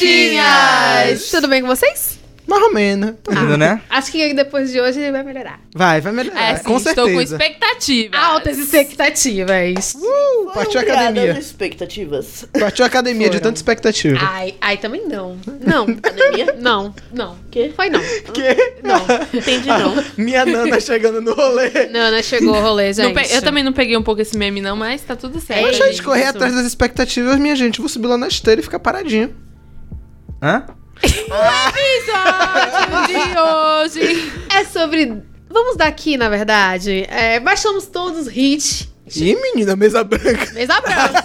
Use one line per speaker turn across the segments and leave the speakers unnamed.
Pretinhas!
Tudo bem com vocês?
Mais ou menos. Tá indo, né?
Acho que depois de hoje vai melhorar.
Vai, vai melhorar.
É, sim,
com
estou com
certeza.
expectativa.
Altas expectativas.
Uh, partiu a
Foram criadas
academia.
expectativas.
Partiu a academia de
Foram.
tanta expectativa.
Ai, ai, também não. Não,
Academia?
não, não.
Quê?
Foi não.
Que?
Não.
Entendi, não.
Minha nana chegando no rolê.
Nana chegou o rolê, gente.
Não pe- eu também não peguei um pouco esse meme, não, mas tá tudo certo.
Mas,
Deixa
gente,
de correr
isso.
atrás das expectativas, minha gente. Vou subir lá na esteira e ficar paradinho. Hã?
é episódio de hoje.
É sobre. Vamos daqui, na verdade. É, baixamos todos os hits.
Ih, menina, mesa branca.
Mesa branca,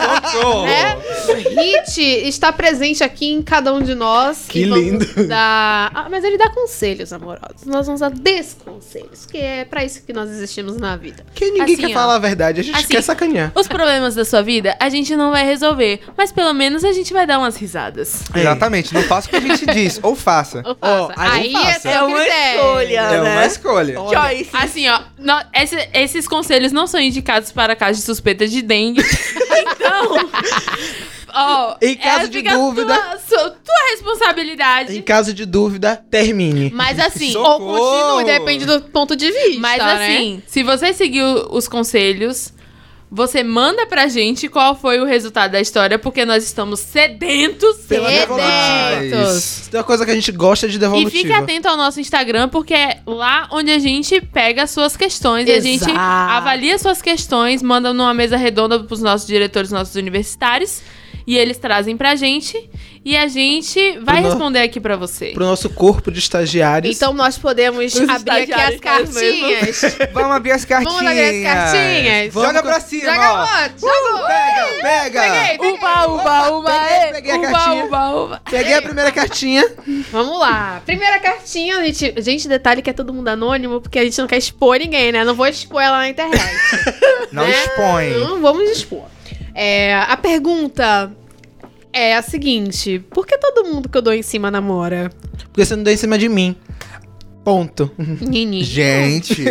né? Hit está presente aqui em cada um de nós.
Que
E vamos
lindo.
dar- Ah, mas ele dá conselhos amorosos. Nós vamos dar desconselhos, que é pra isso que nós existimos na vida.
Que ninguém
Assim,
quer
ó.
falar a verdade. A gente
Assim.
quer sacanear.
Os problemas da sua vida a gente não vai resolver, mas pelo menos a gente vai dar umas risadas.
Exatamente, não faça o que a gente diz, ou faça.
Ou faça.
Ó,
aí
aí
é
faça.
seu
É uma
critério.
escolha,
É uma
né?
escolha.
Choice.
Assim, ó, no- esse- esses conselhos não são indicados para casos de suspeita de dengue. então. Ó,
Em caso de
fica a
dúvida-
Tua, sua- tua responsabilidade.
Em caso de dúvida, termine.
Mas assim.
Socorro!
Ou continue, depende do ponto de vista.
Mas
né?
assim, se você seguiu os conselhos, você manda pra gente qual foi o resultado da história, porque nós estamos sedentos.
Pela
sedentos.
devolutiva. Isso é uma coisa que a gente gosta de
E
devolutiva.
fique atento ao nosso Instagram, porque é lá onde a gente pega suas questões. E a gente
Exato.
avalia suas questões, manda numa mesa redonda pros nossos diretores, nossos universitários. E eles trazem pra gente. E a gente vai
Pro no-
responder aqui pra você.
Pro nosso corpo de estagiários.
Então nós podemos
Os
abrir aqui as
estagiários fazem
cartinhas.
Vamos abrir as cartinhas.
Vamos abrir as cartinhas.
Vamos
Joga
com-
pra cima,
Joga
ó.
voto, joga
Pega, pega.
Peguei, peguei.
Uba, uba, uba,
Peguei,
é.
peguei a
uba,
cartinha.
uba, uba.
Peguei a primeira cartinha.
Vamos lá. Primeira cartinha, gente. Gente, detalhe que é todo mundo anônimo, porque a gente não quer expor ninguém, né? Não vou expor ela na internet.
Não
Né?
expõe.
não vamos expor. É, a pergunta é a seguinte: por que todo mundo que eu dou em cima namora?
Porque você não deu em cima de mim. Ponto.
Nini.
Gente,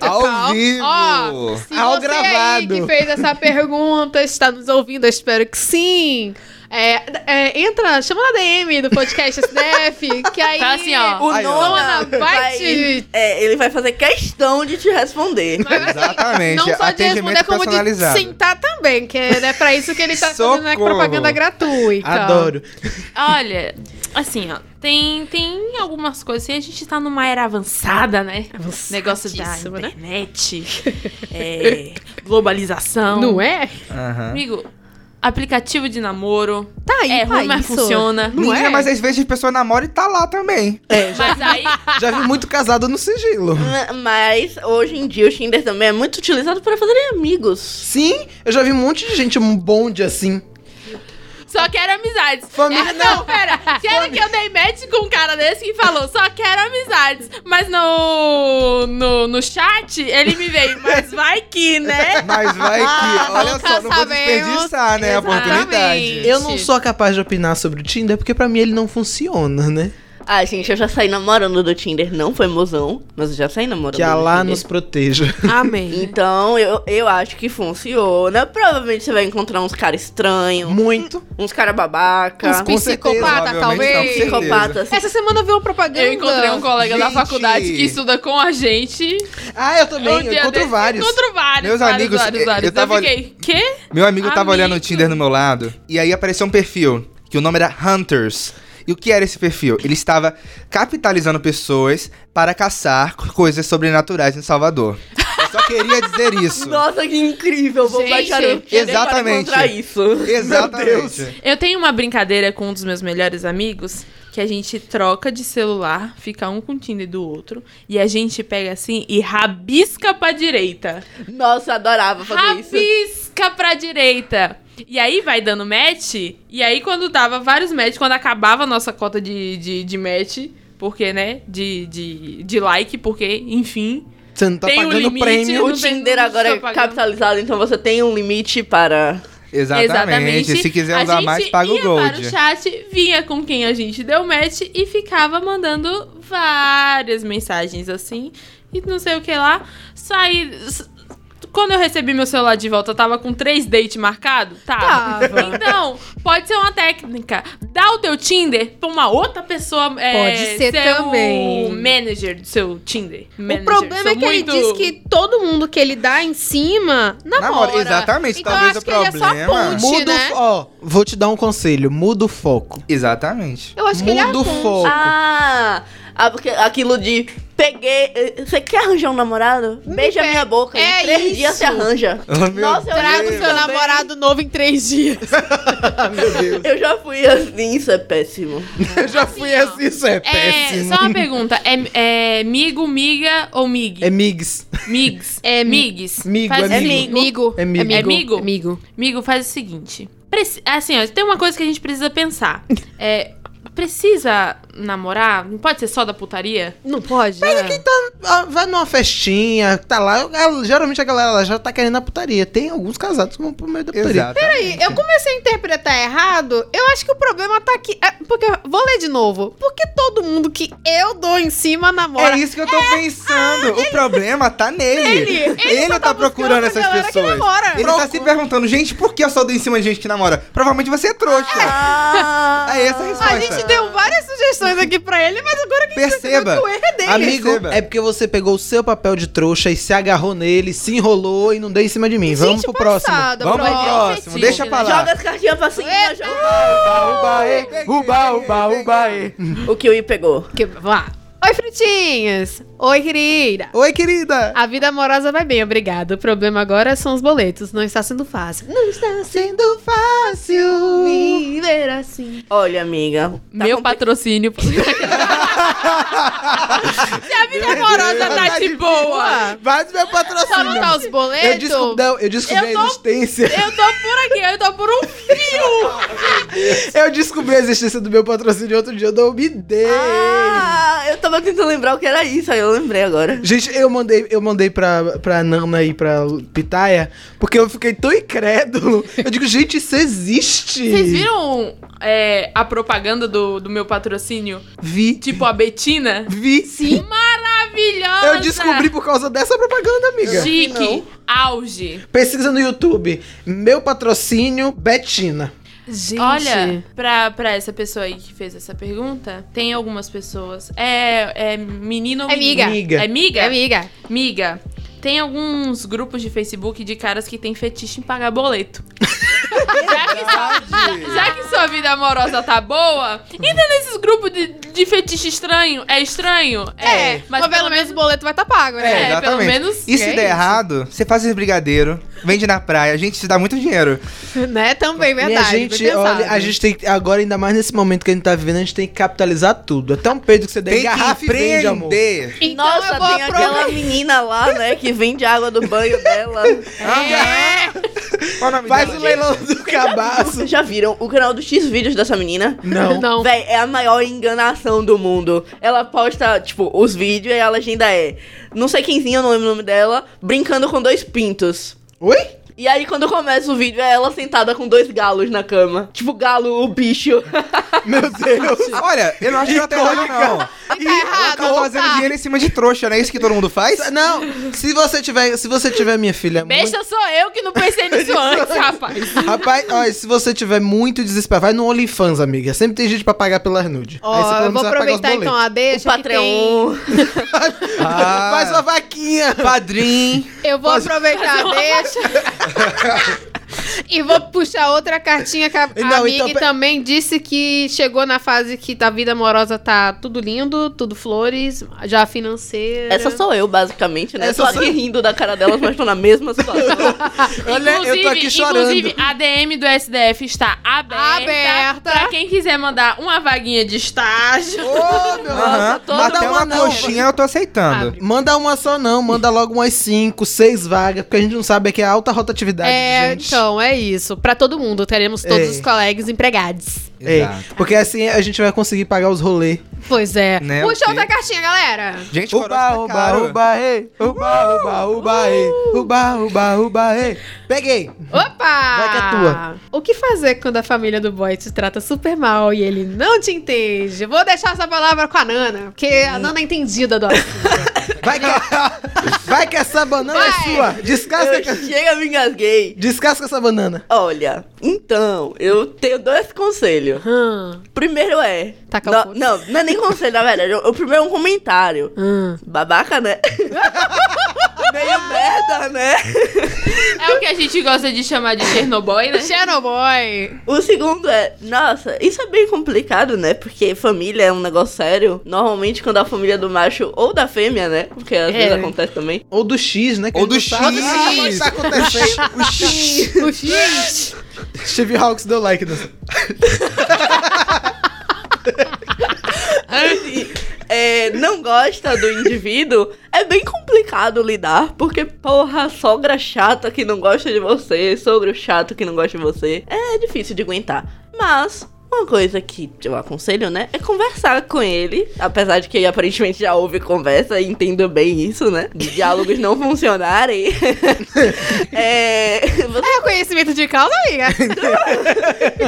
ao vivo.
Ó, se
Ao
você aí
gravado.
que fez essa pergunta está nos ouvindo, eu espero que sim. É, é, entra, chama na DM do podcast SDF, que aí
Fala assim, ó.
O
Aí, ó.
Nona
Nona vai
vai-
te...
É, ele vai fazer questão de te responder.
Exatamente.
Não só de
Atendimento
responder, como de
personalizado.
sentar também, que é né, pra isso que ele tá fazendo né,
Socorro.
propaganda gratuita.
Adoro.
Olha, assim, ó, tem, tem algumas coisas. Assim, a gente tá numa era avançada, né? Negócio da
Avançadíssima, né?
internet, é, globalização.
Não é?
Aham.
Amigo, aplicativo de namoro.
Tá aí,
é
pra
ruim, mas
isso.
funciona.
Não
Menina,
é?
mas às vezes a pessoa namora e tá lá também.
Mas aí,
Já vi muito casado no sigilo.
Ma- Mas hoje em dia o Tinder também é muito utilizado para fazerem amigos.
Sim, eu já vi um monte de gente, um bonde assim. Ah,
só quero amizades.
Família-
É, não, pera. Quero que eu dei match com um cara desse que falou, só quero amizades. Mas no, no, no chat, ele me veio, mas vai que, né?
Mas vai que, olha
Nunca
só, não vou
sabemos.
desperdiçar, né, a
Exatamente.
oportunidade.
Eu não sou capaz de opinar sobre o Tinder porque pra mim ele não funciona, né?
Ah, gente, eu já saí namorando do Tinder. Não foi mozão, mas eu já saí namorando
Que a
do
lá
Tinder.
nos proteja.
Amém.
Então, eu, eu acho que funciona. Provavelmente você vai encontrar uns caras estranhos,
Muito.
uns caras babaca.
Uns
Com certeza,
Psicopata,
provavelmente,
talvez.
com certeza.
Psicopata, assim.
Então, Essa semana eu vi uma propaganda.
Eu encontrei um colega da
Gente.
faculdade que estuda com a gente.
Ah, eu também,
Um
eu
dia
encontro
desse-
vários.
Encontro vários.
Meus
vários,
amigos,
vários,
eu-
vários.
eu tava
fiquei, quê?
Meu amigo tava
Amigo.
olhando o Tinder do meu lado e aí apareceu um perfil que o nome era Hunters. E o que era esse perfil? Ele estava capitalizando pessoas para caçar coisas sobrenaturais em Salvador. Eu só queria dizer isso.
Nossa, que incrível. Vou
Gente,
baixar o Tinder para
exatamente.
encontrar isso.
Exatamente.
Eu tenho uma brincadeira com um dos meus melhores amigos, que a gente troca de celular, fica um com o Tinder do outro, e a gente pega assim e rabisca pra direita.
Nossa, eu adorava fazer isso.
Rabisca pra direita. E aí vai dando match, e aí quando dava vários match, quando acabava a nossa cota de, de, de match, porque, né, de, de, de like, porque, enfim,
Você não tá
Tem um
pagando
limite,
prêmio.
não
O
tem-
Tinder
não
agora é
estou pagando.
capitalizado, então você tem um limite para.
Exatamente. Se quiser
A
usar
gente
mais, paga o
ia Para o
Gold.
chat, vinha com quem a gente deu match e ficava mandando várias mensagens assim e não sei o que lá. Saí. s- Quando eu recebi meu celular de volta, tava com três dates marcado? Tava.
Tava.
Então, pode ser uma técnica. Dá o teu Tinder pra uma outra pessoa. é,
Pode ser
o
também.
manager do seu Tinder.
O problema é que ele diz que todo mundo que ele dá em cima namora.
Namora, exatamente,
Então
talvez
eu acho
o
que ele é só
problema-
ponte,
Muda
né?
o, ó, vou te dar um conselho, muda o foco.
Exatamente.
Eu acho que ele é a
Muda o
ponte.
foco.
Ah, ah, porque aquilo de peguei. eh, Você quer arranjar um namorado? Beija
pe-
minha boca.
É
em três
isso.
dias você arranja.
Oh, meu
Nossa, eu
Traga o
lembro
seu
também.
namorado novo em três dias.
Meu Deus.
Eu já fui assim, isso é péssimo.
Eu já fui assim, isso é,
É,
péssimo.
só uma pergunta. É, é migo, miga ou mig?
É migs.
Migs.
É mi-
migs.
Migo,
Faz
é
o
migo.
seguinte.
Amigo.
É migo.
É migo?
Amigo.
Migo, faz o seguinte. Preci- assim, ó, tem uma coisa que a gente precisa pensar. É, precisa namorar? Não pode ser só da putaria?
Não pode?
Pega
né?
quem tá. ah, Vai numa festinha, tá lá. ah, Geralmente a galera lá já tá querendo a putaria. Tem alguns casados que vão pro meio da putaria.
Exato.
Peraí, eu comecei a interpretar errado. Eu acho que o problema tá aqui. É, porque, vou ler de novo. Porque todo mundo que eu dou em cima namora.
É isso que eu tô pensando. o problema tá nele.
Ele- ele só tá
tá procurando
buscando
essas
a galera que
pessoas.
namora.
Ele tá se perguntando, gente, por que eu só dou em cima de gente que namora? Provavelmente você é trouxa.
Ah,
É essa a resposta.
A gente deu várias sugestões aqui pra ele, mas agora que
Perceba.
a gente percebeu que o erro é dele.
Amigo,
Perceba.
é porque você pegou o seu papel de trouxa e se agarrou nele, se enrolou e não deu em cima de mim. Vamos pro
Gente passada,
Vamos pro
pronto.
próximo,
fetiche,
deixa
né?
pra lá.
Joga as cartinhas pra cima. joga.
Uba, uba, uba, e.
O que o I pegou?
Que- vá. Oi, frutinhas. Oi, querida.
próximo. Oi, querida!
A vida amorosa vai bem, obrigada. O problema agora são os boletos. Não está sendo fácil. Não está
Sendo
Uhum.
fácil.
viver assim.
Olha, amiga. tá
Meu
compli-
patrocínio. Se a vida amorosa tá de boa,
Vai do meu
Só não
patrocínio.
tá os boletos?
eu descobri, não, eu descobri
Eu
a
tô-
existência.
eu tô por aqui, eu tô por um fio.
Eu descobri a existência do meu patrocínio outro dia, eu não me dei.
Ah, eu tava tentando lembrar o que era isso, aí eu lembrei agora.
Gente, eu mandei, eu mandei pra, pra Nana e pra Pitaia, porque eu fiquei tão incrédulo. Eu digo, gente, isso existe.
Vocês viram é, a propaganda do, do meu patrocínio?
Vi.
Tipo a Betina?
Vi. Sim.
Maravilhosa!
Eu descobri por causa dessa propaganda, amiga.
Chique, auge.
Pesquisa no YouTube. Meu patrocínio, Betina.
Gente.
Olha, pra, pra essa pessoa aí que fez essa pergunta, tem algumas pessoas. É, é menino ou
É miga.
menina? É miga?
É amiga.
Miga, tem alguns grupos de Facebook de caras que tem fetiche em pagar boleto. já, que
Ah.
sua, já que sua vida amorosa tá boa, entra nesses grupos de, de fetiche estranho. É estranho?
É, mas, pelo menos o boleto vai estar pago,
É,
né?
É, pelo
exatamente.
menos
E se
é
der
isso.
errado, você faz esse brigadeiro, vende na praia, gente, isso dá muito dinheiro.
Né? Também,
Minha
verdade. bem
gente,
pensado.
olha, a gente tem que- agora, ainda mais nesse momento que a gente tá vivendo, a gente tem que capitalizar tudo. Até um peido que você der,
Tem
garrafa
que
e vende, amor.
empreender.
Então
Nossa,
eu vou
tem aquela
aproveitar.
menina lá, né, que vende água do banho dela.
Qual o nome
Faz o
dela?
leilão do cabaço.
Vocês já viram o canal do X vídeos dessa menina?
Não.
Não.
Véi, é a maior enganação do mundo. Ela posta, tipo, os vídeos e a legenda é. Não sei quemzinho, eu não lembro o nome dela, brincando com dois pintos.
Oi?
E aí, quando começa o vídeo, é ela sentada com dois galos na cama. Tipo, galo, o bicho.
Meu Deus.
Olha, eu não acho que ela tá errada, não.
Tá errado,
Tá fazendo
tá.
dinheiro em cima de trouxa, não é isso que todo mundo faz?
Não, se você tiver, se você tiver, minha filha, muito-
Besta sou eu que não pensei nisso antes, rapaz.
Rapaz, olha, se você tiver muito desesperado, vai no OnlyFans, amiga. Sempre tem gente pra pagar pelas nudes. Aí você
Ó,
pelo
eu
menos
vou
vai pagar os
aproveitar então
boletos.
a
O
deixa que tem-
Patreon.
Ah.
Faz uma vaquinha.
Padrim.
Eu vou
um-
aproveitar a deixa. e vou puxar outra cartinha que a a
Não,
amiga
então pe-
também disse que chegou na fase que da vida amorosa tá tudo lindo, tudo flores, já financeira.
Essa sou eu, basicamente, né?
Essa
Tô
sou-
aqui rindo da cara delas, mas tô na mesma situação.
Olha, eu tô aqui chorando.
Inclusive, a DM do SDF está aberta,
Aberta.
pra quem quiser mandar uma vaguinha de estágio.
Ô, meu
Aham.
Deus.
Manda
Manda
uma,
uma não.
coxinha, eu tô aceitando.
Manda uma só não, manda logo umas 5, 6 vagas, porque a gente não sabe é que é alta rotatividade,
é,
gente.
então, é isso. Pra todo mundo, teremos todos
É.
os colegas empregados.
É,
Exato.
porque assim a gente vai conseguir pagar os rolês.
Pois é.
Né,
Puxa
ok.
outra cartinha, galera.
Gente,
Uba,
corote tá
uba,
caro.
uba, ei. Uba, uba, uba, ei.
Uh!
Uba, uba, uba, ei. Peguei.
Opa!
Vai que é tua.
O que fazer quando a família do boy te trata super mal e ele não te entende? Vou deixar essa palavra com a Nana, porque a Nana é entendida do assunto.
Vai que, vai que essa banana é sua. Descasca,
Eu
que-
chega, me engasguei.
descasca essa banana.
Olha, então, eu tenho dois conselhos.
Hum,
Primeiro é.
Taca o
não,
foda.
não, não é nem conselho, na verdade. O o primeiro é um comentário.
hum.
Babaca, né? Meio merda, né?
É o que a gente gosta de chamar de Chernobyl, né?
Chernobyl.
O segundo é, nossa, isso é bem complicado, né? Porque família é um negócio sério. Normalmente quando a família é do macho ou da fêmea, né? Porque às
É.
vezes acontece também.
Ou do X, né? que
Ou
a gente
do
não sabe
X.
o que está acontecendo.
O X.
O X.
Steve Hawks deu like nessa.
É, não gosta do indivíduo, é bem complicado lidar, porque, porra, sogra chata que não gosta de você, sogro chato que não gosta de você, é difícil de aguentar. Mas, uma coisa que eu aconselho, né, é conversar com ele, apesar de que aparentemente já houve conversa e entendo bem isso, né, de diálogos não funcionarem. é, você
É conhecimento de causa, amiga.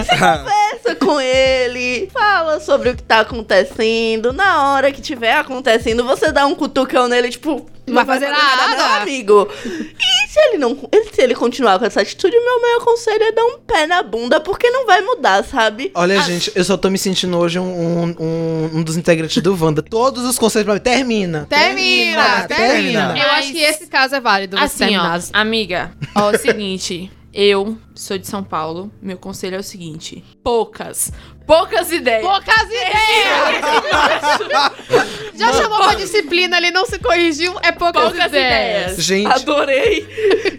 conversa com ele, fala sobre o que tá acontecendo. Na hora que tiver acontecendo, você dá um cutucão nele, tipo,
Não vai fazer nada.
não, amigo. E se ele não, se ele continuar com essa atitude, meu maior conselho é dar um pé na bunda, porque não vai mudar, sabe?
Olha, gente, eu só tô me sentindo hoje um, um- um- um dos integrantes do Wanda. Todos os conselhos pra mim. Termina.
Termina, termina. Eu
Mas-
acho que esse caso é válido. você
Assim, ó,
terminar.
amiga, ó, é o seguinte, eu sou de São Paulo, meu conselho é o seguinte, poucas, poucas ideias.
Poucas ideias! Já chamou pra disciplina, ele não se corrigiu, é poucas,
Poucas ideias.
Gente,
Adorei.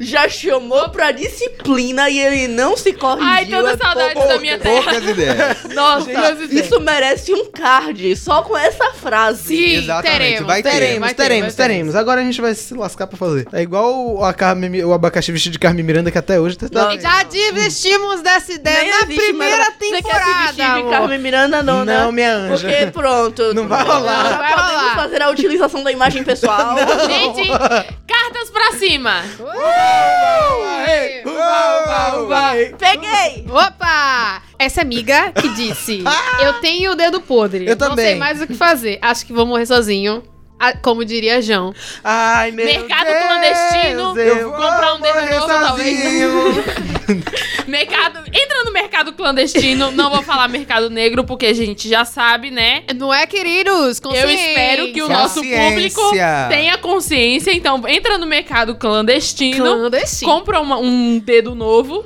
Já chamou pra disciplina e ele não se corrigiu.
Ai, tanta
é
saudade
pouco.
da minha terra.
Poucas ideias.
Nossa,
Isso é merece um card, só com essa frase.
Sim,
Exatamente,
teremos,
vai ter.
teremos,
vai ter,
teremos,
vai ter.
teremos. Agora a gente vai se lascar pra fazer. É igual o, a Carmen Mi- o abacaxi vestido de Carmen Miranda, que até hoje tá...
Não,
Já desistimos dessa ideia
Nem
na
existe,
primeira
mas Você quer se vestir
temporada,
de
amor.
Carmen Miranda, não,
não,
né?
minha anja.
Porque pronto.
Não vai rolar.
Já
Não vai
podemos
rolar.
fazer a utilização da imagem pessoal.
gente, cartas pra cima.
Aê, uba, uba, uba.
Peguei!
Opa! Essa amiga que disse: Eu tenho o dedo podre.
Eu
Não sei
também.
mais o que fazer. Acho que vou morrer sozinho. Ah, Como diria João.
Ai, meu
Mercado
Deus,
clandestino,
eu vou
comprar um dedo
morrer
novo, talvez.
sozinho.
Mercado, entra no mercado clandestino, não vou falar mercado negro porque a gente já sabe, né?
Não é, queridos?
Eu espero que o nosso
Consciência.
público tenha consciência, então entra no mercado clandestino,
Clandestino.
compra uma- um dedo novo.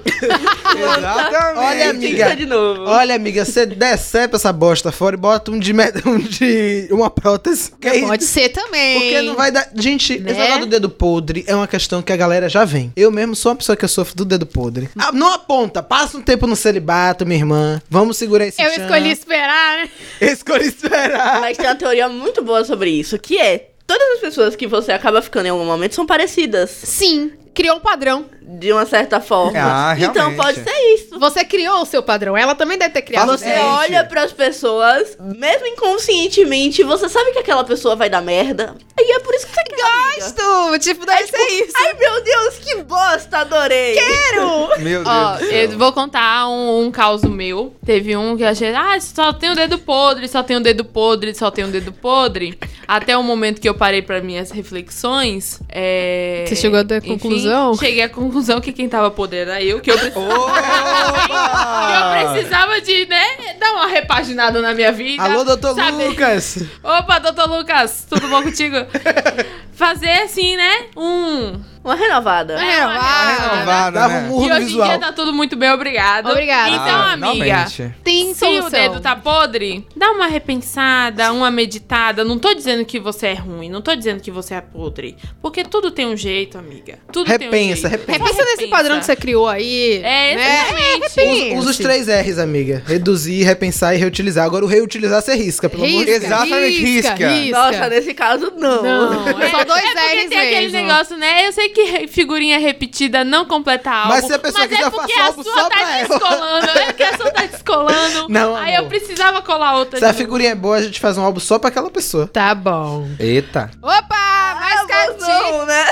Exatamente.
Olha,
Tenta
amiga.
de novo.
Olha, amiga, você decepa essa bosta fora e bota um de, me- um de uma prótese. Que é
Pode ser também.
Porque não vai dar. Gente,
Né?
esse negócio do dedo podre é uma questão que a galera já vem. Eu mesmo sou uma pessoa que eu sofro do dedo podre. Ah, não aponta, passa um tempo no celibato, minha irmã. Vamos segurar esse
Eu
tchan.
escolhi esperar, né?
Eu escolhi esperar.
Mas tem uma teoria muito boa sobre isso, que é... Todas as pessoas que você acaba ficando em algum momento são parecidas,
Sim, criou um padrão.
de uma certa forma.
Ah,
então
realmente.
pode ser isso.
Você criou o seu padrão. Ela também deve ter criado.
Faz
Você
Você
Gente.
olha pras pessoas, mesmo inconscientemente, você sabe que aquela pessoa vai dar merda. E é por isso que você quer. amiga. É
gosto! Tipo, deve ser isso.
Ai, meu Deus, que bosta, adorei. Quero!
Meu Deus.
Ó,
do céu.
eu vou contar um, um caos meu. Teve um que eu achei, ah, só tem o dedo podre, só tem o dedo podre, só tem o dedo podre. Até o momento que eu parei pra minhas reflexões. é,
Você chegou à tua
enfim,
conclusão?
Cheguei à conclusão que quem tava podre era eu, que eu, preci- que eu
Opa!
precisava de, né, dar uma repaginada na minha vida.
Alô, doutor
saber-
Lucas.
Opa, doutor Lucas, tudo bom contigo? Fazer assim, né? Um. é,
Uma renovada.
Vai
ah,
renovar.
Renovado,
Dava um
né?
murro
E
no
hoje em
visual.
dia tá tudo muito bem, obrigado.
Obrigada.
Então,
Ah,
amiga,
realmente.
Tem
se
solução.
o dedo tá podre, dá uma repensada, uma meditada. Não tô dizendo que você é ruim, não tô dizendo que você é podre. Porque tudo tem um jeito, amiga. Tudo tem um
Repensa,
jeito.
repensa.
Repensa nesse padrão que você criou aí.
É,
né?
exatamente.
Repensa.
Usa os três R's, amiga. Reduzir, repensar e reutilizar. Agora o reutilizar você risca, pelo amor de Deus.
Risca,
Exatamente, risca.
Nossa, né? nesse caso, não.
Não, é só dois
é porque
R's
tem aquele
mesmo.
negócio, né? Eu sei que re- figurinha repetida não completa algo.
Mas se a pessoa
mas
quiser
é porque
passar
a
algo
sua
só
tá
pra ela.
descolando. É porque a sua tá descolando.
Não,
Aí
amor.
eu precisava colar outra.
Se a
de novo.
figurinha é boa, a gente faz um álbum só pra aquela pessoa.
Tá bom. Ah,
Eita.
Opa, mais cartinha.
Não, né?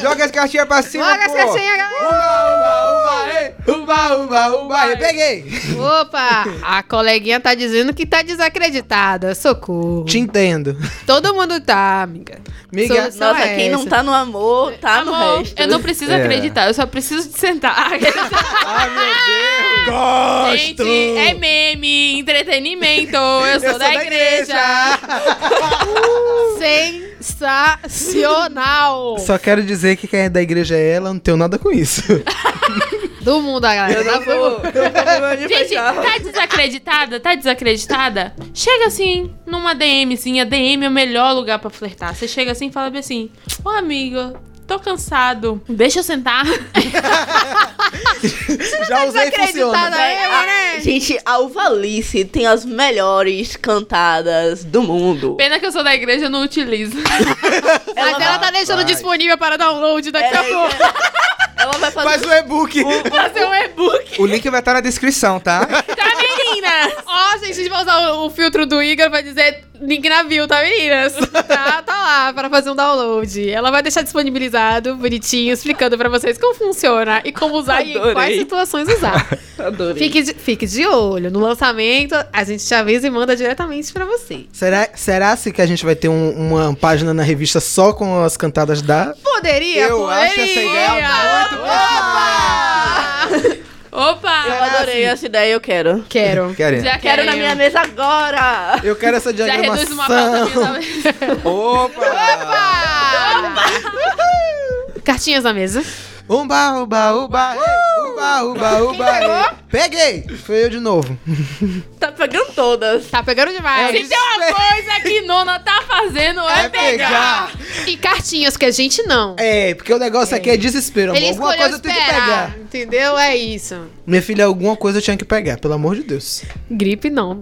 Joga as cartinhas pra cima,
Joga as
pô.
cartinhas, galera.
Uma, uma, uma, ei.
Uba, uba, uba, eu peguei.
Opa! A coleguinha tá dizendo que tá desacreditada. Socorro.
Te entendo.
Todo mundo tá, amiga.
Miga,
Sou-
Nossa,
é
quem não
essa.
tá no amor, tá no
Amor,
resto.
eu não preciso
É.
acreditar, eu só preciso de sentar.
Ai, meu Deus.
gosto.
Gente, é meme, entretenimento, eu sou, da, igreja.
Sensacional!
Só quero dizer que quem é da igreja é ela, eu não tenho nada com isso.
Do mundo, galera. Tá
Eu não vou, eu não vou me
Gente,
fechar.
tá desacreditada? Tá desacreditada? Chega assim, numa DMzinha. DM é o melhor lugar pra flertar. Você chega assim e fala bem assim: Ô amigo, tô cansado. Deixa eu sentar.
Já usei e
desacreditada.
funciona.
Véi, a-
né?
Gente, a Uvalice tem as melhores cantadas do mundo.
Pena que eu sou da igreja, eu não utilizo.
Mas ela tá deixando
vai.
disponível para download daqui a
É,
pouco.
Ela vai fazer
Faz o e-book.
Fazer um e-book.
O link vai estar na descrição, tá?
Tá, meninas?
Ó, gente, a gente vai usar o, o filtro do Igor pra dizer link na view, tá, meninas? Tá, tá lá, para fazer um download. Ela vai deixar disponibilizado, bonitinho, explicando pra vocês como funciona e como usar e em
Adorei.
quais situações usar.
Adorei.
Fique de, fique de olho. No lançamento, a gente te avisa e manda diretamente pra você.
Será, será -se que a gente vai ter um- uma página na revista só com as cantadas da.
Poderia,
Eu
poderia.
acho essa ideia muito
Opa!
Opa!
Eu adorei essa ideia, eu quero.
Quero.
Querendo.
Já
Quero na minha mesa agora!
Eu quero essa
Já reduz uma pauta minha
diagramação.
também.
Opa!
Cartinhas na mesa.
Umba, uba, uba, ei, uba, uba, uba. ei. Peguei! Foi eu de novo. É um
Tá pegando todas.
Tá pegando demais.
Se tem uma coisa que Nona tá fazendo, é, pegar.
E cartinhas que a gente não.
É, porque o negócio aqui é desespero, amor.
Ele
Alguma
escolheu
coisa eu tenho que
esperar.
pegar.
Entendeu? É isso.
Minha filha, alguma coisa eu tinha que pegar, pelo amor de Deus.
Gripe não.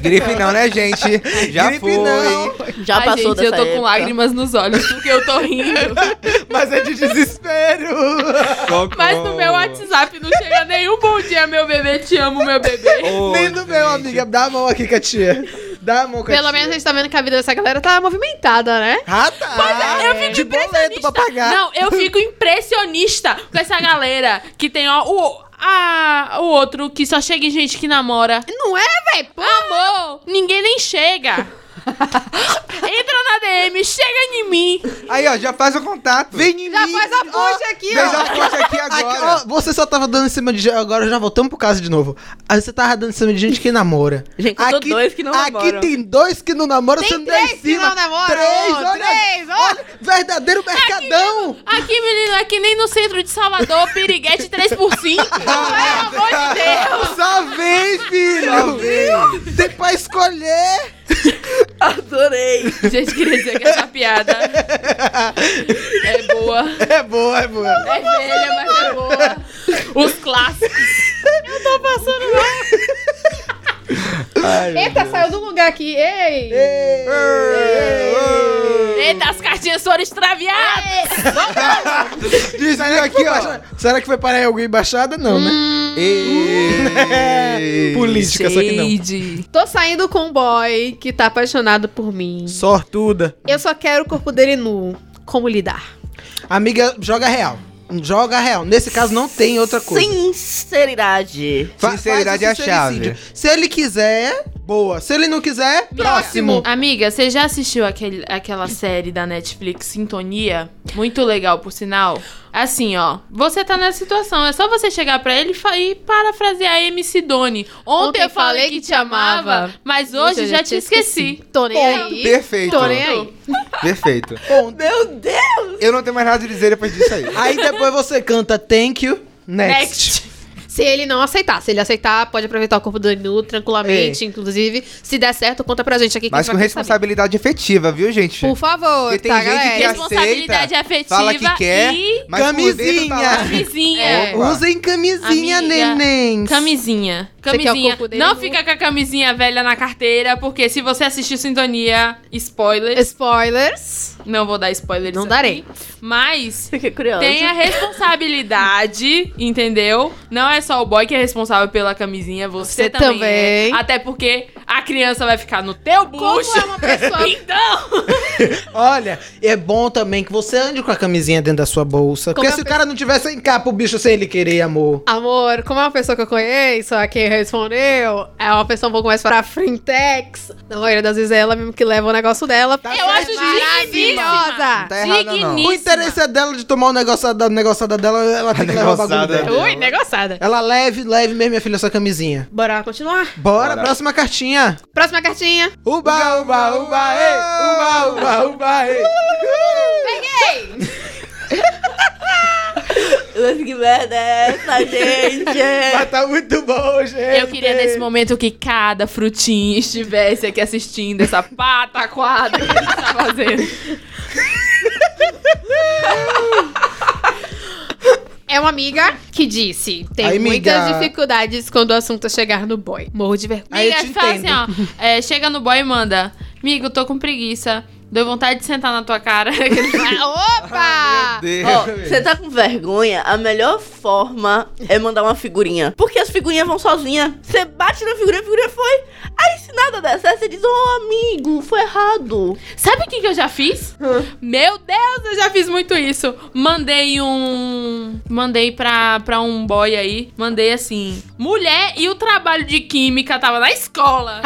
Gripe não, né, gente? Já
Gripe
foi.
não.
Já
Ai,
passou
gente, eu
dessa
tô com
época. Tá
lágrimas nos olhos porque eu tô rindo.
Mas é de desespero.
Socorro.
Mas no meu WhatsApp não chega nenhum bom dia, meu bebê, te amo, meu bebê.
Ô,
Nem do meu,
gente.
amiga. Dá a mão aqui com a tia. Dá a mão com a
Pelo
tia.
menos a gente tá vendo que a vida dessa galera tá movimentada, né?
Ah, tá.
é,
eu fico
de boleto pra pagar.
Não, eu fico impressionista com essa galera que tem, ó, o, a, o outro que só chega em gente que namora.
Não é, velho?
Amor, ninguém nem chega. Entra na DM, chega em mim.
Aí, ó, já faz o contato.
Vem em
Já
mim.
faz a ponte aqui,
Fez a
ó.
ponte aqui
Aqui,
agora.
ó, você só tava dando em cima de. Agora já voltamos pro caso de novo. Aí você tava dando em cima de gente que namora.
Gente, eu tô dois que não
aqui
namoram.
tem dois que não namoram, você
Tem
não dá em
três que
cima.
não namoram.
Três,
Ô,
olha.
três, ó. É
olha, verdadeiro mercadão.
Aqui, menino, é que nem no centro de Salvador, piriguete 3 por 5 Pelo amor de Deus.
Só vem, filho.
Só vem.
Tem pra escolher.
Adorei.
Gente, queria dizer que essa piada é boa.
É boa, é boa.
É velha, mas é boa. Os clássicos.
Ai, meu
Eita, saiu do lugar aqui. Ei!
Eita, as cartinhas foram extraviadas.
Diz aí aqui, ó. Será que foi parar em alguma embaixada? Não, né?
Ei.
Política, só que não.
Tô saindo com um boy que tá apaixonado por mim.
Sortuda.
Eu só quero o corpo dele nu. Como lidar?
Amiga, joga real. Joga real. Nesse caso, não tem outra coisa.
Sinceridade.
Fa-
Sinceridade
faz o
é a chave.
sincericídio. Se ele quiser, boa. Se ele não quiser, próximo.
Amiga, você já assistiu aquele, aquela série da Netflix, Sintonia? Muito legal, por sinal. Assim, ó, você tá nessa situação, é só você chegar pra ele e fa- e parafrasear MC Doni. Ontem, eu falei que, te amava, mas hoje já te esqueci.
Tô nem
Ponto.
aí.
Perfeito.
Tô nem aí.
Perfeito.
Ponto.
Meu Deus.
Eu não tenho mais nada a dizer depois disso aí.
Aí depois você canta thank you, next.
Next.
Se ele não aceitar, se ele aceitar, pode aproveitar o corpo do Anu tranquilamente, inclusive. Se der certo, conta pra gente aqui. que a
Mas
gente
com
vai querer saber.
responsabilidade efetiva, viu, gente?
Por favor,
Porque tem
tá,
gente que
galera?
aceita,
Responsabilidade afetiva
Fala que quer,
e
mas tá
Camisinha.
vizinha.
É.
Opa.
Usem camisinha,
Amiga,
neném.
Camisinha.
Você quer o
Camisinha.
corpo dele né?
Não
nu?
fica com a camisinha velha na carteira, porque se você assistiu Sintonia, spoiler.
Spoilers.
Não vou dar spoiler.
Não darei.
Mas
Fiquei curiosa.
tem a responsabilidade, entendeu? Não é só o boy que é responsável pela camisinha, você,
Você
também.
também.
é. Até porque A criança vai ficar no teu
Como
bucho.
é uma pessoa...
Então!
Olha, é bom também que você ande com a camisinha dentro da sua bolsa.
Como
Porque
é
se o
pe-
cara não tivesse em capa o bicho sem ele querer, amor.
Amor, como é uma pessoa que eu conheço, a quem respondeu, é uma pessoa um pouco mais pra frentex. Na maioria das vezes é ela mesmo que leva o negócio dela.
Tá
É
Eu acho
maravilhosa!
Tá errada, não.
O interesse é dela de tomar o negócio da negociada dela, ela tem que levar o bagulho
negociada
dela.
dela.
Ui, negociada.
Ela leve, leve mesmo, minha filha, essa camisinha.
Bora continuar.
Bora,
Bora.
próxima cartinha.
Próxima cartinha.
Uba, uba, uba, ei! Uba, uba, uba, ei!
Mas que merda é essa, gente?
Mas tá muito bom, gente!
Eu queria nesse momento que cada frutinha estivesse aqui assistindo essa pataquada que a gente tá fazendo.
É uma amiga que disse: tem
Aí,
muitas
miga.
dificuldades quando o assunto é chegar no boy. Morro de vergonha.
Aí eu
Miga,
te
fala assim,
entendo.
ó. é, chega no boy e manda. Migo, tô com preguiça. Deu vontade de sentar na tua cara.
Ah, opa!
Ó, você tá com vergonha? A melhor forma é mandar uma figurinha. Porque as figurinhas vão sozinhas. Você bate na figurinha, a figurinha foi. Aí se nada der certo, você diz, ô amigo, foi errado.
Sabe o que, que eu já fiz? Meu Deus, eu já fiz muito isso. Mandei um. Mandei pra, pra um boy aí. Mandei assim. Mulher e o trabalho de química tava na escola.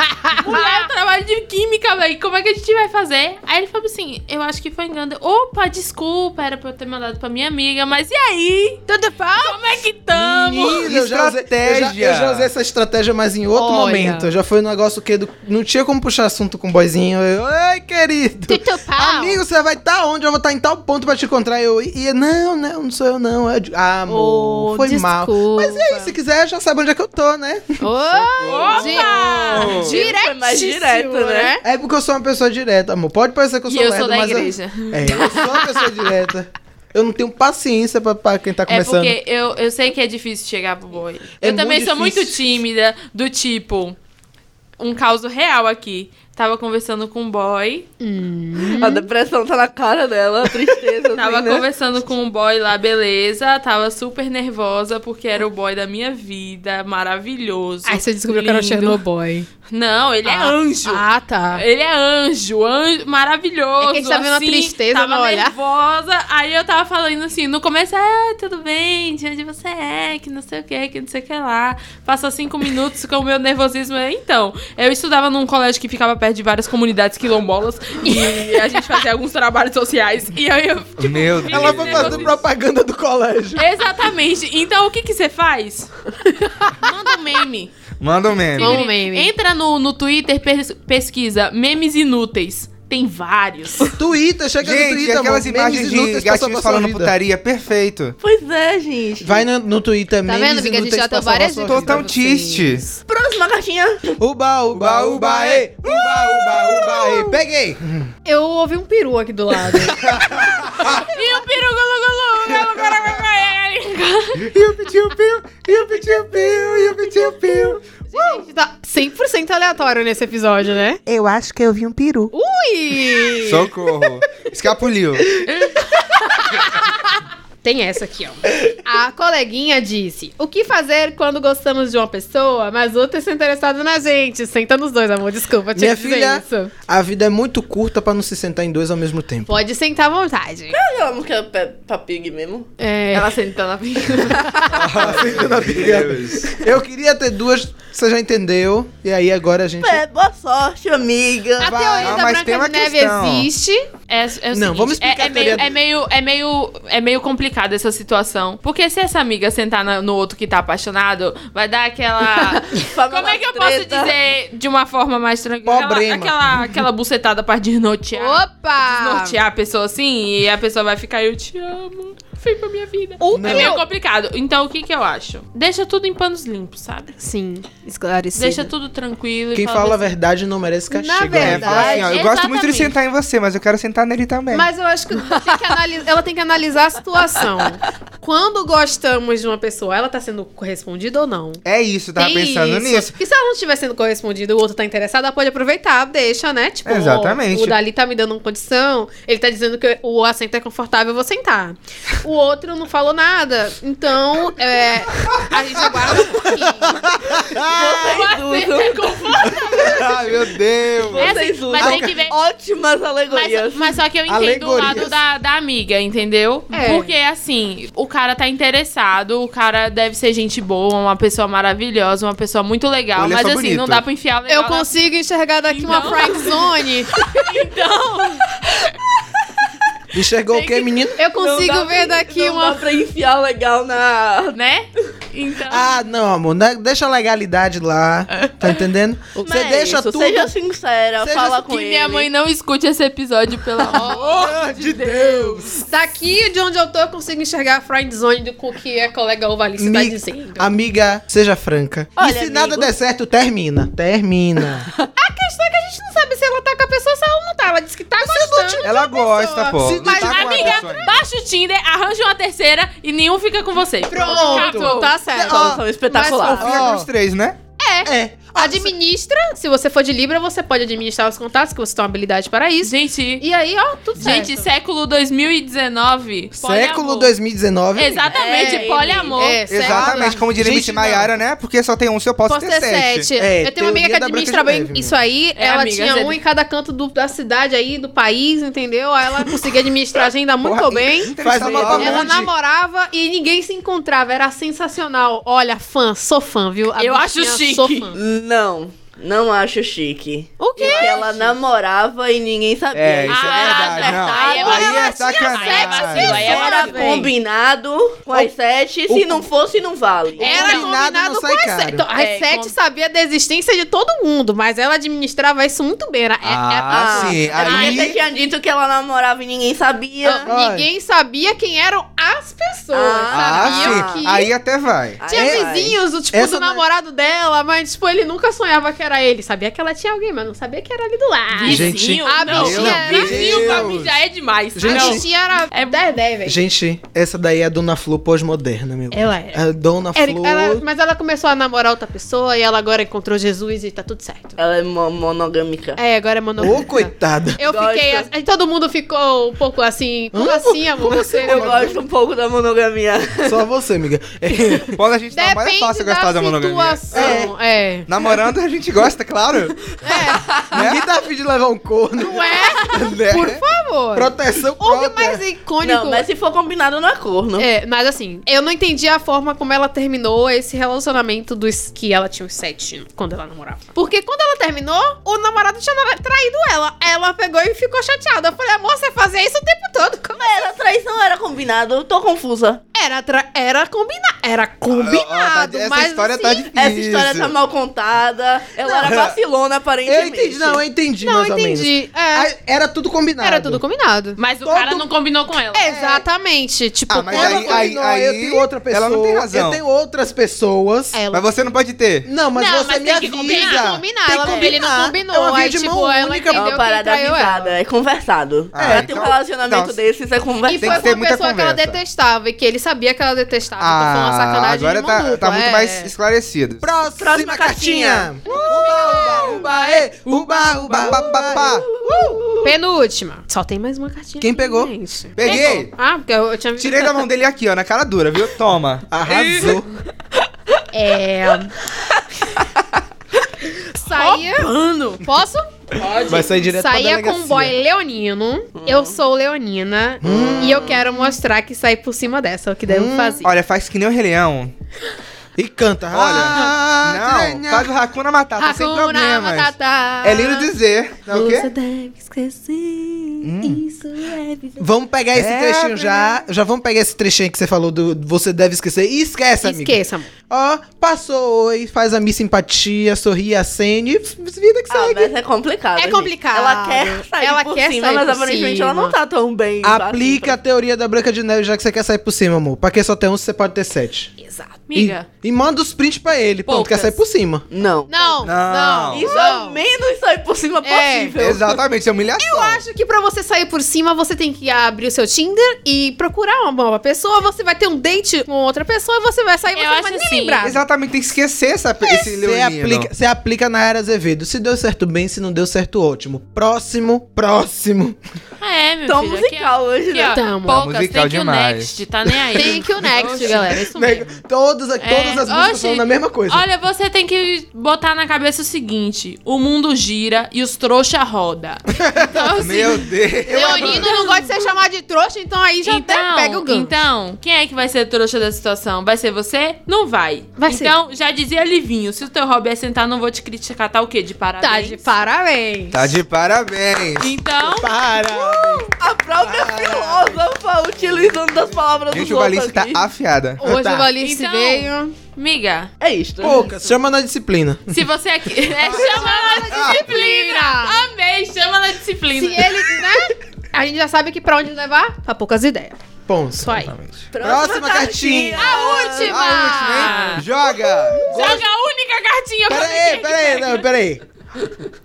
mulher e o trabalho de química, velho. Como é que a gente vai fazer? Aí ele falou assim: eu acho que foi engano. Opa, desculpa, era pra eu ter mandado pra minha amiga. Mas e aí?
Tudo bom?
Como é que tamo?
Menina, eu já usei- Eu já,
Estratégia.
eu já usei essa estratégia, mas em outro
Olha.
momento. Já foi um negócio que do- não tinha como puxar assunto com o boizinho. Eu, Ei, querido!
Tudo bom?
Amigo, você vai estar onde? Eu vou estar em tal ponto pra te encontrar. Eu, e, e- não, não, não sou eu, não. Eu, ah, amor,
Ô,
foi mal.
Oh, desculpa.
Mas é e aí, se quiser, já sabe onde é que eu tô, né?
Ô, di-
Opa!
Foi mais
diretíssimo,
direto, né?
É porque eu sou uma pessoa direta, amor. Pode parecer que eu
E
sou
eu
lerdo,
sou da
mas
igreja.
Eu, é, eu sou uma pessoa direta. Eu não tenho paciência pra, pra quem tá
É
começando.
porque eu, eu sei que é difícil chegar pro boy.
É
eu também
muito
sou muito
difícil.
tímida, do tipo. Um caso real aqui. Tava conversando com um boy.
A depressão tá na cara dela, a tristeza.
Uhum. Tava
assim, né?
conversando com um boy lá, beleza. Tava super nervosa porque era o boy da minha vida. Maravilhoso.
Aí você descobriu que era o
lindo.
Chernobyl.
Não, ele é
Ah,
anjo.
Ah, tá.
Ele é anjo, anjo maravilhoso.
É que a gente tá vendo a
assim,
tristeza
tava
no olhar.
nervosa. Aí eu tava falando assim, no começo, é, tudo bem, de onde você é, que não sei o que, que não sei o que lá. Passa cinco minutos com o meu nervosismo. Então, eu estudava num colégio que ficava perto de várias comunidades quilombolas e a gente fazia alguns trabalhos sociais. E aí eu.
Meu Deus.
Tipo, Ela foi fazer propaganda do colégio.
Exatamente. Então, o que que você faz? Manda um meme.
Manda um
É
meme.
Vamos, meme.
Entra no, no Twitter, pes- pesquisa memes inúteis. Tem vários.
Twitter, chega no
Gente,
Twitter,
aquelas
amor.
imagens
Tá Memes
de
inúteis pra
gatinhos
salvar sua
falando
vida.
putaria, perfeito.
Pois é, gente.
Vai no, no Twitter,
Tá
memes
vendo, amiga? A gente
inúteis
já
pra
deu
salvar
várias
sua
Tô
dicas.
vida.
tão triste.
Próxima cartinha.
Uba, uba, uba, ei! Uba, uba, uba, ei! Peguei!
Eu ouvi um peru aqui do lado.
E o peru gulu gulu, gulu gulu, gulu.
E o pitiu piu, e o pitiu piu, e o pitiu piu.
A gente tá 100% aleatório nesse episódio, né?
Eu acho que eu vi um peru.
Ui!
Socorro. Escapuliu.
Tem essa aqui, ó. A coleguinha disse: O que fazer quando gostamos de uma pessoa, mas outra está interessada na gente? Senta nos dois, amor. Desculpa, tinha
Minha
que dizer
filha,
isso.
a vida é muito curta pra não se sentar em dois ao mesmo tempo.
Pode sentar à vontade.
Sabe aquela música Pe- pra Pig mesmo?
É.
Ela sentando na
Ah,
Eu queria ter duas, você já entendeu. E aí agora a gente.
É, boa sorte, amiga.
A
vai.
teoria
Ah,
da
mas tem
Branca
uma
de Neve
questão.
existe.
É, é o seguinte,
vamos explicar
é, é
a teoria
meio,
do-
é meio é meio é meio complicada essa situação, porque se essa amiga sentar na- no outro que tá apaixonado, vai dar aquela
Fala
Como é que eu
umas
posso
treta.
dizer de uma forma mais tranquila? Aquela
Pobrema.
aquela, aquela bucetada pra desnortear.
Opa!
Desnortear a pessoa assim e a pessoa vai ficar eu te amo. Fim pra minha vida.
O
É
peru-
meio complicado. Então o que que eu acho? Deixa tudo em panos limpos, sabe?
Sim, esclarecido.
Deixa tudo tranquilo. e
Quem fala a verdade não merece castigo.
Na
né?
É,
verdade.
fala assim, ó, eu gosto muito de
Exatamente.
sentar em você, mas eu quero sentar nele também.
Mas eu acho que, tem que analis- ela tem que analisar a situação. Quando gostamos de uma pessoa, ela tá sendo correspondida ou não?
É isso, eu tava
Tem
pensando
isso.
nisso.
E se ela não estiver sendo correspondida, o outro tá interessado, ela pode aproveitar, deixa, né? Tipo, ó,
Exatamente.
o Dali tá me dando uma condição, ele tá dizendo que o assento é confortável, eu vou sentar. O outro não falou nada. Então, é, a gente aguarda um pouquinho.
Vocês usam.
Ah, meu Deus!
Vocês
assim, mas
usam
tem que ver-
ótimas
Mas,
alegorias.
mas só que eu entendo o
Alegorias.
lado da, da amiga, entendeu?
É.
Porque, assim, o cara tá interessado, o cara deve ser gente boa, uma pessoa maravilhosa, uma pessoa muito legal.
Olha
mas,
só
assim,
bonito.
não dá pra enfiar legal
Eu
na-
consigo enxergar daqui uma
Então.
friend zone.
Então,
Enxergou o quê, menino?
Eu
Não dá
consigo
pra-
ver daqui
não
uma
Dá pra enfiar legal na.
né? Então...
Ah, não, amor. né? Deixa a legalidade lá. Tá entendendo? Você
É
deixa
isso,
tudo.
Seja sincera,
Seja
fala
sin-
com
que
ele.
minha mãe não escute esse episódio, pelo amor.
Oh, de Deus!
Daqui de onde eu tô, eu consigo enxergar a friend zone do cu que a colega Ovalice tá
Mi-
dizendo.
Amiga, seja franca. e
Olha,
se nada
amigo.
der certo, termina. Termina.
A questão é que a gente não sabe se ela tá com a pessoa, se ela não tá. Ela disse que tá gostando.
Ela gosta, pô.
Se-
Não
mas,
tá com a
amiga,
pessoa ainda.
Baixa o Tinder, arranja uma terceira e nenhum fica com você.
Pronto, tá certo.
Todos são
mas
espetaculares.
só-
Fica
Ó.
com os três, né?
É.
Administra, se você for de Libra, você pode administrar os contatos, que você tem uma habilidade para isso.
Gente,
E aí, ó, tudo
gente,
certo.
século 2019.
Século
poliamor.
2019.
Exatamente,
É,
poliamor.
É, sério.
Exatamente, como diria
Gente,
Miss Maiara, né? Porque só tem um, se eu posso,
Posso ter sete.
É,
eu tenho uma amiga
teoria
que
da Branca
administra
de
bem
Neve,
isso aí.
É,
ela
amiga,
tinha
sério.
um em cada canto do- da cidade aí, do país, entendeu? Aí ela conseguia administrar a agenda muito
Porra,
bem.
interessante.
Faz uma
Ela- um
bagunça.
Ela
Onde?
namorava e ninguém se encontrava. Era sensacional. Olha, fã, sou fã, viu? A
Eu acho
bichinha,
chique.
Sou fã.
Não, não acho chique. tá.
O
Porque ela namorava e ninguém sabia.
É, isso
Ah,
é verdade. Não.
acertar, aí é
Aí é
baratinha, aí é vacilo, aí
sacanagem.
é
Era
barato.
combinado com as sete,
o-
se não fosse, não vale.
Era
Combinado
combinado,
não
com
sai
as
caro.
sete. Então, as
É,
sete
com-
sabia da existência de todo mundo, mas ela administrava isso muito bem. Era, é- é-
Ah, sim.
a
Aí...
gente tinha dito que ela namorava e ninguém
Ah.
sabia.
Não, ninguém sabia quem eram as pessoas.
Ah,
sabia
Ah,
que
sim. Aí até vai.
Tinha
Ai, ai.
vizinhos, o tipo,
Essa
do
não é-
namorado dela, mas, tipo, ele nunca sonhava que era ele. Sabia que ela tinha alguém, mas não sabia que era ali do lado.
Gente,
ah,
a
não.
bichinha era-
Vizinho pra mim
Deus.
já é demais.
Gente,
a
não.
bichinha era
É-
10, 10, velho.
Gente, essa daí é a Dona Flu pós-moderna, meu.
Ela é.
A Dona
Era-
Flu.
ela- mas ela começou a namorar outra pessoa e ela agora encontrou Jesus e tá tudo certo.
Ela é mo- monogâmica.
É, agora é
Ô,
monogâmica.
coitada.
Eu
Gosta.
fiquei assim, todo mundo ficou um pouco assim, como
Hã?
assim, amor?
Como
Você
assim,
Eu
monogâmica.
gosto um pouco da monogamia.
Só você, amiga.
Quando a gente tá mais é
Depende
fácil
da
gostar da monogamia.
situação. É.
Namorando a gente gosta, claro.
Ninguém tá afim de levar um corno.
Não é,
Né?
por favor.
Proteção
Houve
própria.
mais icônico.
Não, mas se for combinado, não é corno.
É, mas assim, eu não entendi a forma como ela terminou esse relacionamento dos que ela tinha uns sete quando ela namorava. Porque quando ela terminou, o namorado tinha nara- traído ela. Ela pegou e ficou chateada. Eu falei, amor, você fazia isso o tempo todo. Como é?
Era traição, era combinado. Eu tô confusa.
Era, tra- era combinado.
Ah,
Era
Ó,
combinado,
tá- Essa
mas
história
assim,
tá difícil.
Essa história tá mal contada. Ela era vacilona,
Eu
aparentemente.
entendi, não, eu entendi
Não,
mais ou menos.
entendi. É,
Aí, Era tudo combinado.
era tudo combinado.
Mas o
Todo-
cara não combinou com
É,
ela. É,
Exatamente. Tipo,
Ah, mas
quando-
Ela
aí-
combinou,
aí-
eu
aí
tenho outra pessoa.
ela não tem razão.
Eu tenho outras pessoas.
ela
Mas você não pode
É.
ter.
Não, mas
Não,
você
mas
me
tem
avisa.
que
tem que
Tem
combinar.
que
ela não- ele
combinar.
não
É
combinou.
uma via
Aí,
de
tipo,
mão
ela
única.
É uma
entendeu que
parada
traiu ela.
avisada, é conversado.
Ah,
pra ter um
então-
relacionamento
então-
desses, é
E
conversado.
foi
que
com
ter
uma
muita
pessoa que ela
conversa.
detestava e que ele sabia que ela detestava. então foi uma
Ah,
sacanagem
agora
de
tá,
mão dupla,
tá muito
é.
mais esclarecido.
Próxima,
Próxima
cartinha.
cartinha.
Uba, uba, uba, ê. Uba, uba, uba, uba.
Penúltima. Só tem mais uma cartinha.
Quem pegou?
gente.
Peguei!
Ah, porque eu, eu tinha visto.
Tirei da mão dele aqui, ó, na cara dura, viu? Toma.
Arrasou.
É. Saía.
Mano.
Posso?
Vai sair direto pra
Saía com
delegacia.
um boy leonino.
Hum.
Eu sou leonina. E eu quero mostrar que saí por cima dessa. É o que devo fazer.
Hum, Olha, faz que nem o Rei Leão.
E canta.
Olha.
Ah,
Não, faz o Hakuna Matata tá sem
Hakuna
problemas.
Matata.
É lindo dizer. É o
Você
quê?
deve esquecer. Isso é vida.
Vamos pegar esse
É,
trechinho
né?
já. Já vamos pegar esse trechinho que você falou do você deve esquecer. E esquece, amigo.
Esqueça, amor.
Ó, passou oi, faz a minha simpatia, sorri, acende e f- vida que
Ah,
segue.
mas é complicado.
É
gente.
complicado.
Ela quer sair
Ela
por
quer
cima,
sair
mas
por
aparentemente
cima.
ela não tá tão bem.
então.
Aplica a teoria da Branca de Neve já que você quer sair por cima, amor. Pra quem só tem um, você pode ter sete.
Exato.
Amiga.
E, e manda os prints pra ele. Pronto, quer
Poucas.
sair por cima.
Não.
Não, não.
Não.
Isso é o
não.
menos sair por cima
É.
possível.
Exatamente, é humilhação. Eu acho.
Acho que pra você sair por cima, você tem que abrir o seu Tinder e procurar uma nova pessoa. Você vai ter um date com outra pessoa e você vai sair e você
Eu
não
acho
vai nem
assim.
lembrar.
Exatamente, tem que esquecer essa, esse
É, Você
leonino.
aplica, você aplica na área Azevedo. Se deu certo bem, se não deu certo, ótimo. Próximo, próximo.
É, É, meu
Tão
filho.
musical
aqui,
hoje,
ó,
né?
aqui, ó,
Tamo.
poucas,
Musical
thank you
demais.
next, tá nem aí.
Tem que o next,
Oxi.
galera. É isso mesmo.
Todas, todas
É,
as músicas
oxi,
falam a mesma coisa.
Olha, você tem que botar na cabeça o seguinte: o mundo gira e os trouxa roda. Então, assim,
Meu Deus.
Leonino não gosta de ser chamado de trouxa, então aí já até pega o gancho.
Então, quem é que vai ser trouxa da situação? Vai ser você? Não vai.
Vai ser.
então, já dizia Livinho, se o teu hobby é sentar, não vou te criticar, tá o quê? De
Tá
parabéns?
de parabéns.
Tá de parabéns.
Então,
Para!
A própria filósofa utilizando as palavras
Gente,
dos
o Valice
outros
tá
aqui.
afiada.
Hoje
Tá.
o Valice
Então-
veio.
miga,
É isto.
Poucas, chama na disciplina.
se você aqui... É, chama na disciplina! Amei, chama na disciplina.
Ah. Se é ele, né? A gente já sabe que pra onde levar? Pra poucas ideias.
Ponto.
Só aí.
Exatamente.
Próxima cartinha.
Ah,
A última!
A última, hein? Joga!
Ah. Joga a única cartinha pra
Pera
ver quem
aí,
é
pera
que
aí,
pega.
não, pera aí.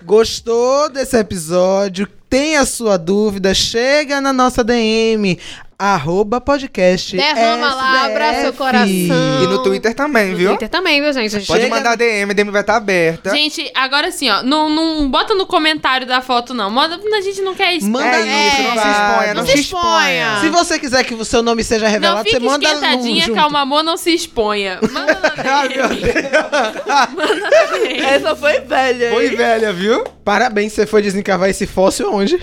Gostou desse episódio? Tem a sua dúvida? Chega na nossa DM. Arroba podcast.
Derrama lá,
SDF.
abraça seu coração.
E no Twitter também,
No
viu?
Twitter também, viu, gente? A gente-
Pode
Chega-
mandar DM, DM vai estar aberta.
Gente, agora sim, ó, não, não bota no comentário da foto, não. Manda, a gente não quer isso.
Manda
é
aí,
isso, não se
vai,
exponha, não, se exponha.
Se você quiser que o seu nome seja
Não
revelado,
fique
você manda
esquentadinha,
junto. Ah,
que o amor não se exponha. Manda na
Ai, meu Deus.
Essa foi velha,
Foi
hein?
velha, viu?
Parabéns, você foi desencavar esse fóssil onde?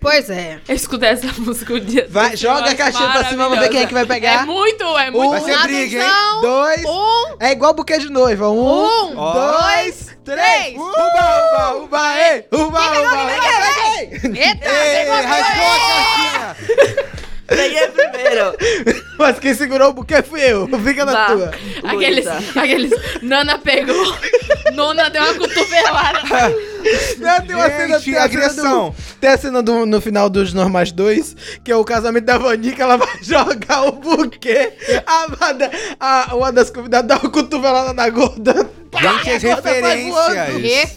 Pois é.
Eu escutei essa música o dia
Vai,
todo,
joga a
nossa,
caixinha pra cima, vamos ver quem é que vai pegar.
maravilhosa. É muito, é
Um,
muito.
Vai ser briga, hein?
Atenção.
dois,
Um,
é igual buquê de noiva. Um,
Um,
dois, três.
três.
Uba, uba, uba, ei, uba, uba, ei.
eita,
Ei,
pegou a
rasgou a cartinha.
Peguei primeiro.
Mas quem segurou o buquê fui eu. Fica na
Vá.
tua.
Aqueles,
Luísa.
aqueles. Nana pegou. Nona deu uma cotovelada.
Não, tem uma cena,
Gente,
tem a
agressão.
cena do, tem a cena do- no final dos Normais 2, que é o casamento da Vanica, ela vai jogar o buquê. A, Vada- a- uma das convidadas dá uma cotovelada na gorda.
Gente, as
Agora vai voando.
referências.
Referência.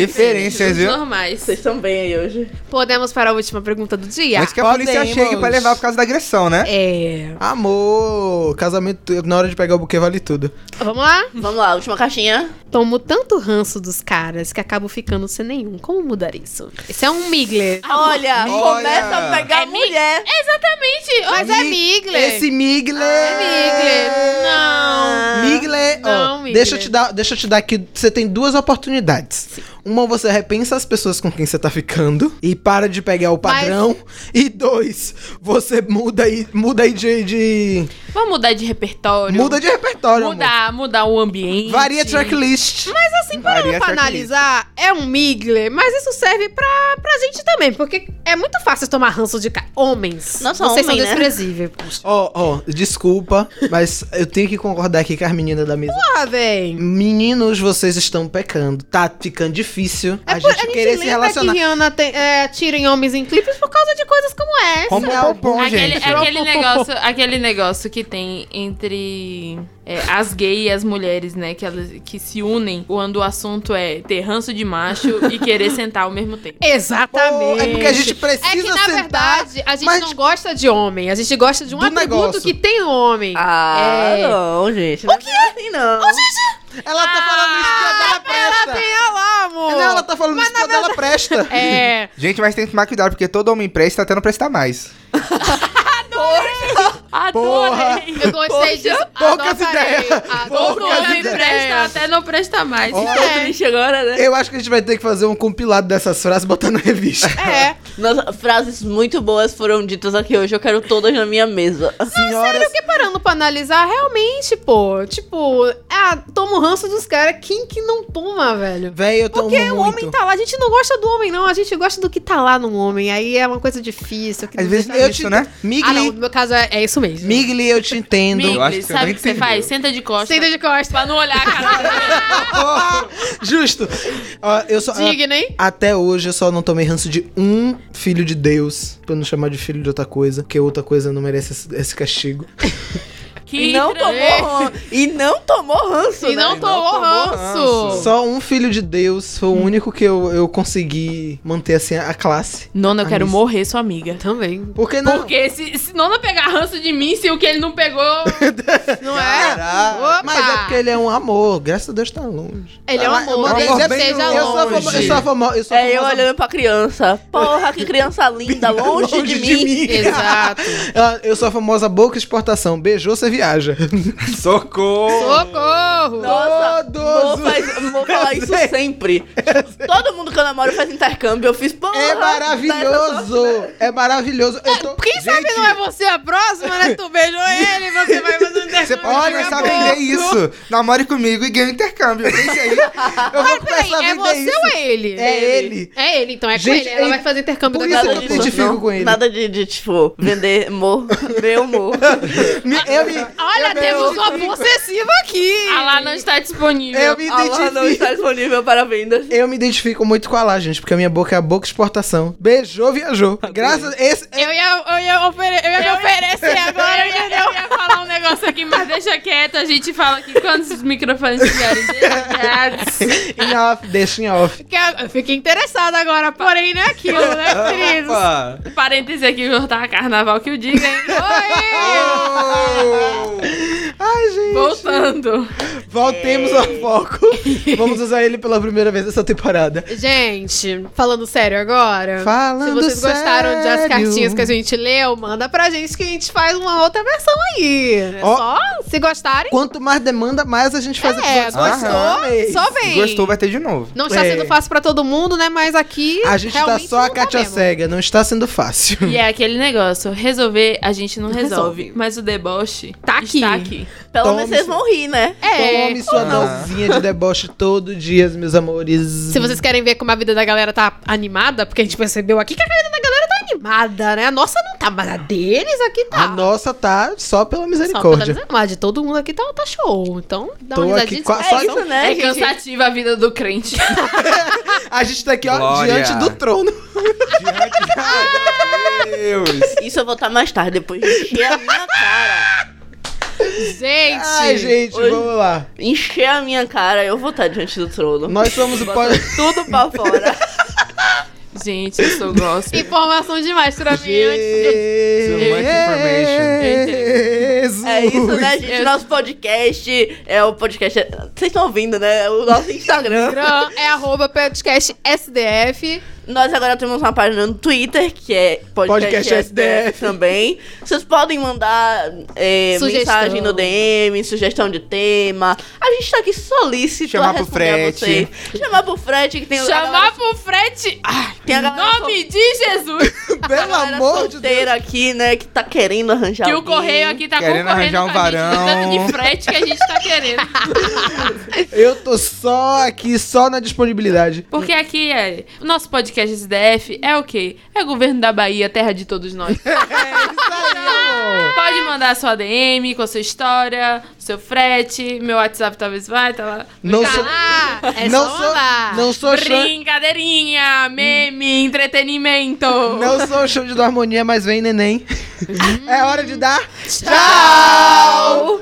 Referências, viu?
Normais.
Vocês estão bem aí hoje.
Podemos para a última pergunta do dia?
Antes que a
Podemos.
polícia chegue pra levar por causa da agressão, né?
É.
Amor, casamento, na hora de pegar o buquê vale tudo.
Vamos lá?
Vamos lá, última caixinha.
Tomo tanto ranço dos caras que acabo ficando sem nenhum. Como mudar isso? Esse é um Migler.
Olha,
Olha.
começa a pegar
É mi-
mulher.
Exatamente.
Mas é Migler.
Esse Migler.
É Migler. Não.
Migler, ó,
Não, Migler.
Deixa, eu te dar, deixa eu te dar aqui. Você tem duas oportunidades. Uma, você repensa as pessoas com quem você tá ficando e para de pegar o
Mas-
padrão. E dois, você muda aí, muda aí de. de-
Vamos mudar de repertório.
muda de repertório. amor.
Mudar, mudar o ambiente.
Varia tracklist.
Mas assim, parando
Varia
pra
essa crítica.
analisar, é um Migler, mas isso serve pra, pra gente também, porque é muito fácil tomar ranço de ca... homens.
Nossa,
Vocês
homem,
são
né?
desprezíveis, poxa.
Ó, ó, desculpa, mas eu tenho que concordar aqui com as meninas da mesa.
Ah, véi.
Meninos, vocês estão pecando. Tá ficando difícil a
É por-
gente querer se
lembra
relacionar.
que Rihanna tem, é, tira em homens em clipes por causa de coisas como essa.
Como é o bom,
Aquele,
gente.
aquele, negócio, aquele negócio que tem entre é, as gays e as mulheres, né? Que, elas, que se unem quando o assunto é ter ranço de macho e querer sentar ao mesmo tempo.
Exatamente.
É porque a gente precisa
É que, na
sentar.
verdade, a gente
mas-
não gosta de homem. A gente gosta de um
Do
atributo
negócio.
que tem homem.
Ah,
É.
não, gente. O que é assim, não?
Ela tá falando isso que a
Ah,
dela presta.
Olha lá, amor.
Não, ela tá falando isso que a dela presta.
É.
Gente, mas tem que tomar cuidado, porque todo homem presta tá tendo prestar mais.
Adorei!
Eu gostei disso.
poucas
Adorei.
ideias.
Adorei.
Todo homem
é
presta, até não presta mais.
Ó.
Tô triste agora, né?
Eu acho que a gente vai ter que fazer um compilado dessas frases e botar na revista.
É.
Nossa, frases muito boas foram ditas aqui hoje. Eu quero todas na minha mesa.
Senhoras,
Porque É, parando pra analisar, realmente, pô. Tipo, ah, toma o ranço dos caras. Quem que não toma, velho?
velho, eu tomo
Porque
muito.
o homem tá lá. A gente não gosta do homem, não. A gente gosta do que tá lá no homem. Aí é uma coisa difícil. que
Às
não
vezes
deixa-
nem
eu
isso,
te...
né?
Ah, não.
Migli,
No meu caso, é, é isso mesmo.
Migli, eu te entendo.
Eu acho
Migli,
que eu
sabe
não
o que você
entendi.
faz? Senta de costas.
Senta de costas.
Pra não olhar a cara da mulher.
Justo. Ó, eu só...
Digno, hein?
Até hoje eu só não tomei ranço de um filho de Deus, pra não chamar de filho de outra coisa, porque outra coisa não merece esse, esse castigo.
Que
e não
tra-
tomou, e não tomou ranço,
E
né?
não tomou ranço.
Só um filho de Deus foi o
Hum.
único que eu, eu consegui manter assim a classe.
Nona, eu quero
Ai,
morrer sua amiga.
Também.
Porque não.
Porque se, se Nona pegar ranço de mim, se o que ele não pegou.
Não é?
Caraca.
Opa!
Mas é porque ele é um amor, graças a Deus tá longe.
Ele é um
Ela-
amor.
mandei
desde
bem
que seja
longe.
Eu sou, a
longe.
famo- eu sou a famo- eu sou a
É eu
famosa-
olhando pra criança. Porra, que criança linda, longe, de, mim.
Exato.
Ah, Eu sou a famosa boca de exportação. Beijou, você viaja.
Socorro!
Socorro!
Nossa,
Todos
vou, faz, vou falar isso
Sei.
sempre. Todo mundo que eu namoro faz intercâmbio. Eu fiz, porra.
É maravilhoso!
tá,
É maravilhoso. Eu tô...
Quem sabe não é você a próxima, né? Tu beijou ele, você vai fazer um
Você
intercâmbio.
pode começar a vender isso. Namore comigo e ganha o intercâmbio. Pense aí. Eu vou
Peraí,
começar a
é
vender
você
isso.
ou é ele?
É ele.
É ele, então é
Gente,
com ele. Ela
é-
vai fazer intercâmbio
Por
da
isso
casa
eu me
de
disso,
identifico
não.
com ele.
Nada de, de, tipo, vender amor, meu amor.
Me- Eu me,
Olha, temos uma possessiva aqui.
A lá não está disponível.
eu me
A Lana não
identifico.
está disponível para vendas.
Eu me identifico muito com a lá, gente, porque a minha boca é a boca de exportação. Beijou, viajou. Graças esse
Eu ia, eu ia, ofere- eu ia me oferecer agora,
Agora eu ia, eu ia falar um negócio aqui, mas deixa quieto. A gente fala aqui quando os microfones estiverem desligados.
em off, deixa em off.
Fiquei, eu fiquei interessada agora, porém não é aquilo, né, queridos?
Opa!
Um Parêntese aqui, cortar carnaval que eu diga, hein?
Oi!
Ai, gente.
Voltando.
Voltemos ao
é.
foco. Vamos usar ele pela primeira vez essa temporada.
Gente, falando sério agora. Se
Falando
vocês gostaram das
sério.
cartinhas que a gente leu, manda pra gente que a gente faz uma outra versão aí. É
Ó.
Só se gostarem,
Quanto mais demanda, mais a gente faz um
É,
episódios.
gostou?
Aham.
só vem.
Gostou, vai ter de novo.
Não está
É.
sendo fácil pra todo mundo, né? Mas aqui.
A gente tá
realmente
só a
não tá
Kátia
mesmo.
cega, não está sendo fácil.
E é aquele negócio, resolver a gente não resolve,
resolve.
mas o deboche
Tá aqui.
está aqui.
Pelo
Tome
menos vocês
isso.
vão rir, né?
É.
Tome sua dosinha de deboche todo dia, meus amores.
Se vocês querem ver como a vida da galera tá animada, porque a gente percebeu aqui que a vida da galera tá animada, né? A nossa não tá, mas a deles aqui tá.
A nossa tá só pela
Só pra
misericórdia.
dizer, mas de todo mundo aqui tá, tá show. Então, dá
Tô
uma
aqui
risadinha.
com a-
É,
só-
É isso, né,
É
gente?
cansativa a vida do crente.
A gente tá aqui, ó,
Glória.
diante do trono.
Meu Deus.
Isso eu vou estar mais tarde, depois de encher a minha cara.
Gente,
Ai, gente,
Hoje-
vamos lá.
Encher a minha cara, eu vou estar diante do trono.
Nós somos o
Bota
pod...
tudo pra fora.
gente, eu sou gospel.
informação demais pra mim.
Jesus.
É isso, né,
Eu-
gente? Nosso podcast é o podcast. Vocês estão ouvindo, né? O nosso Instagram.
Instagram é arroba podcast SDF.
Nós agora temos uma página no Twitter, que é podcast,
Podcast SDF.
também. Vocês podem mandar é,
Sugestão.
mensagem no DM, sugestão de tema. A gente tá aqui solícito
Chamar
a
pro
responder a
frete.
vocês. Chamar pro frete, que tem a
Chamar
galera-
pro frete. Ai,
Tem a galera
nome de Jesus.
Pelo
galera
amor de Deus.
solteira aqui, né, que tá querendo arranjar
que o
alguém.
correio aqui tá
Querendo
concorrendo
arranjar um
com a gente,
varão.
de tanto de frete que a gente tá querendo.
Eu tô só aqui, só na disponibilidade.
Porque aqui é. O nosso podcast SDF é o quê? É governo da Bahia, terra de todos nós. Pode mandar sua DM com a sua história, seu frete. Meu WhatsApp talvez vai, tá lá.
Não
Tá
sou,
Ah, é
não
só
sou,
mandar.
não sou show,
Brincadeirinha, meme, entretenimento.
não sou show de dar harmonia, mas vem neném. É hora de dar
Tchau!